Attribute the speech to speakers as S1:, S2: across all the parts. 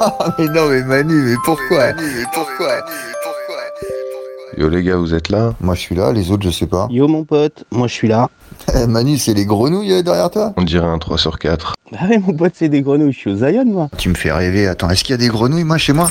S1: mais Eh non, mais Manu, mais pourquoi
S2: Yo les gars, vous êtes là
S1: Moi, je suis là, les autres, je sais pas.
S3: Yo mon pote, moi je suis là.
S1: Eh, Manu, c'est les grenouilles euh, derrière toi
S2: On dirait un 3 sur 4.
S3: Bah ouais mon pote c'est des grenouilles, je suis au Zion moi.
S1: Tu me fais rêver. Attends, est-ce qu'il y a des grenouilles, moi, chez moi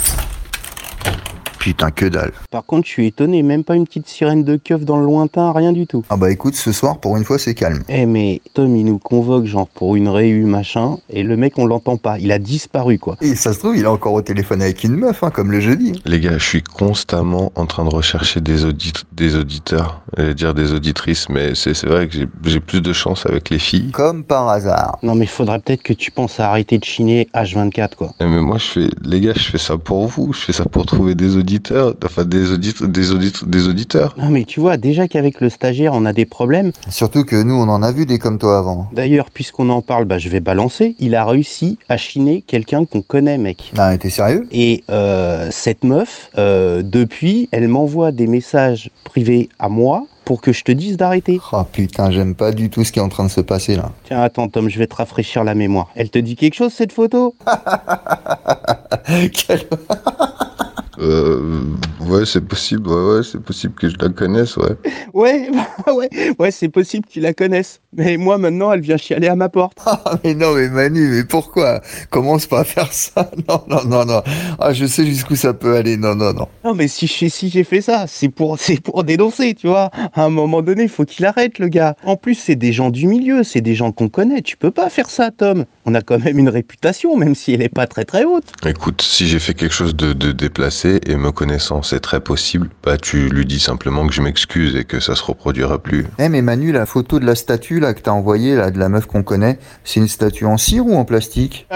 S1: Putain, que dalle.
S3: Par contre je suis étonné, même pas une petite sirène de keuf dans le lointain, rien du tout.
S1: Ah bah écoute, ce soir, pour une fois, c'est calme.
S3: Eh mais Tom il nous convoque genre pour une réu machin, et le mec on l'entend pas, il a disparu quoi.
S1: Et ça se trouve, il est encore au téléphone avec une meuf, hein, comme le jeudi.
S2: Les gars, je suis constamment en train de rechercher des, audit- des auditeurs, j'allais dire des auditrices, mais c'est c'est vrai que j'ai- j'ai plus de chance avec les filles.
S1: Comme par hasard.
S3: Non mais faudrait peut-être que tu penses à arrêter de chiner H24 quoi.
S2: Eh, Mais moi, je fais, les gars, je fais ça pour vous, je fais ça pour trouver des auditeurs, enfin des auditeurs, des auditeurs, des auditeurs.
S3: Non mais tu vois déjà qu'avec le stagiaire on a des problèmes.
S1: Surtout que nous, on en a vu des comme toi avant.
S3: D'ailleurs puisqu'on en parle, bah je vais balancer. Il a réussi à chiner quelqu'un qu'on connaît mec.
S1: Ah, mais t'es sérieux
S3: Et euh, cette meuf, euh, depuis, elle m'envoie des messages privés à moi pour que je te dise d'arrêter.
S1: Oh putain, j'aime pas du tout ce qui est en train de se passer là.
S3: Tiens, attends, Tom, je vais te rafraîchir la mémoire. Elle te dit quelque chose, cette photo
S1: Quel-
S2: Euh, ouais, c'est possible, ouais, ouais, c'est possible que je la connaisse, ouais.
S3: Ouais, bah ouais, ouais, c'est possible que tu la connaisses. Mais moi, maintenant, elle vient chialer à ma porte.
S1: Ah, mais non, mais Manu, mais pourquoi Commence pas à faire ça. Non, non, non, non. Ah, je sais jusqu'où ça peut aller. Non, non, non.
S3: Non, mais si j'ai si j'ai fait ça, c'est pour, c'est pour dénoncer, tu vois. À un moment donné, faut qu'il arrête, le gars. En plus, c'est des gens du milieu, c'est des gens qu'on connaît. Tu peux pas faire ça, Tom. On a quand même une réputation, même si elle est pas très très haute.
S2: Écoute, si j'ai fait quelque chose de, de déplacé et me connaissant, c'est très possible, bah tu lui dis simplement que je m'excuse et que ça se reproduira plus.
S1: Eh, mais Manu, la photo de la statue là que t'as envoyée, là, de la meuf qu'on connaît, c'est une statue en cire ou en plastique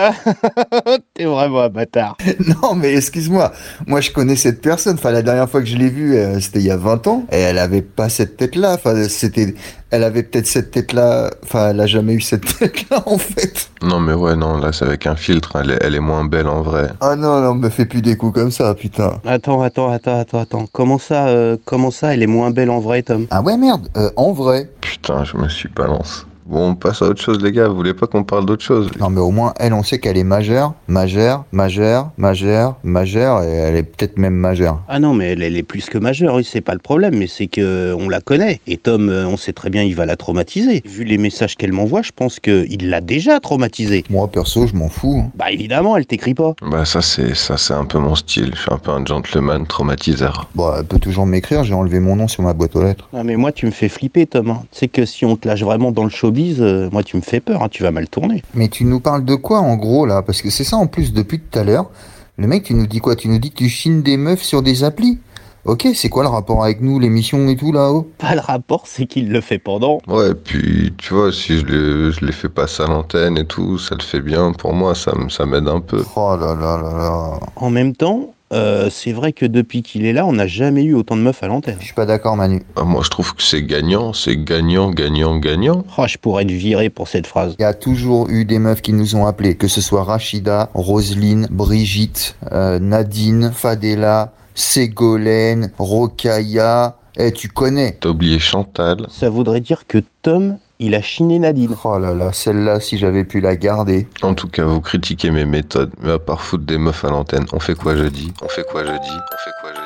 S3: T'es vraiment un bâtard.
S1: Non, mais excuse-moi. Moi, je connais cette personne. Enfin, la dernière fois que je l'ai vue, euh, c'était il y a 20 ans. Et elle avait pas cette tête-là. Enfin, c'était. Elle avait peut-être cette tête-là. Enfin, elle a jamais eu cette tête-là, en fait.
S2: Non mais ouais, non, là c'est avec un filtre, hein, elle est, elle est moins belle en vrai.
S1: Ah non, non, me fais plus des coups comme ça, putain.
S3: Attends, attends, attends, attends, attends. Comment ça, euh, comment ça, elle est moins belle en vrai, Tom
S1: Ah ouais, merde. euh, en vrai.
S2: Putain, je me suis balance. Bon, on passe à autre chose les gars, vous voulez pas qu'on parle d'autre chose
S1: Non, mais au moins, elle, on sait qu'elle est majeure, majeure, majeure, majeure, majeure, et elle est peut-être même majeure.
S3: Ah non, mais elle, elle est plus que majeure, oui, c'est pas le problème, mais c'est que euh, on la connaît. Et Tom, euh, on sait très bien, il va la traumatiser. Vu les messages qu'elle m'envoie, je pense que il l'a déjà traumatisée.
S1: Moi, perso, je m'en fous. hein.
S3: Bah évidemment, elle t'écrit pas.
S2: Bah ça c'est ça c'est un peu mon style, je suis un peu un gentleman traumatiseur.
S1: Bon, Bah, elle peut toujours m'écrire, j'ai enlevé mon nom sur ma boîte aux lettres.
S3: Non Ah, mais moi, tu me fais flipper, Tom. hein. Tu sais que si on te lâche vraiment dans le showbiz, euh, moi, tu me fais peur, hein, tu vas mal tourner.
S1: Mais tu nous parles de quoi, en gros, là Parce que c'est ça, en plus, depuis tout à l'heure. Le mec, tu nous dis quoi Tu nous dis que tu chines des meufs sur des applis Ok, c'est quoi le rapport avec nous, l'émission et tout, là-haut
S3: Pas le rapport, c'est qu'il le fait pendant.
S2: Ouais, puis tu vois, si je le, je les fais passer à l'antenne et tout, ça le fait bien pour moi, ça, me- ça m'aide un peu.
S1: Oh là là là là.
S3: En même temps, euh, c'est vrai que depuis qu'il est là, on n'a jamais eu autant de meufs à l'antenne.
S1: Je suis pas d'accord, Manu.
S2: Bah, moi je trouve que c'est gagnant, c'est gagnant, gagnant, gagnant.
S3: Oh, je pourrais te virer pour cette phrase.
S1: Il y a toujours eu des meufs qui nous ont appelés, que ce soit Rachida, Roselyne, Brigitte, euh, Nadine, Fadela, Ségolène, Rokaya. Eh, tu connais.
S2: T'as oublié Chantal.
S3: Ça voudrait dire que Tom, il a chiné Nadine.
S1: Oh là là, celle-là, si j'avais pu la garder.
S2: En tout cas, vous critiquez mes méthodes, mais à part foutre des meufs à l'antenne, on fait quoi jeudi On fait quoi jeudi On fait quoi jeudi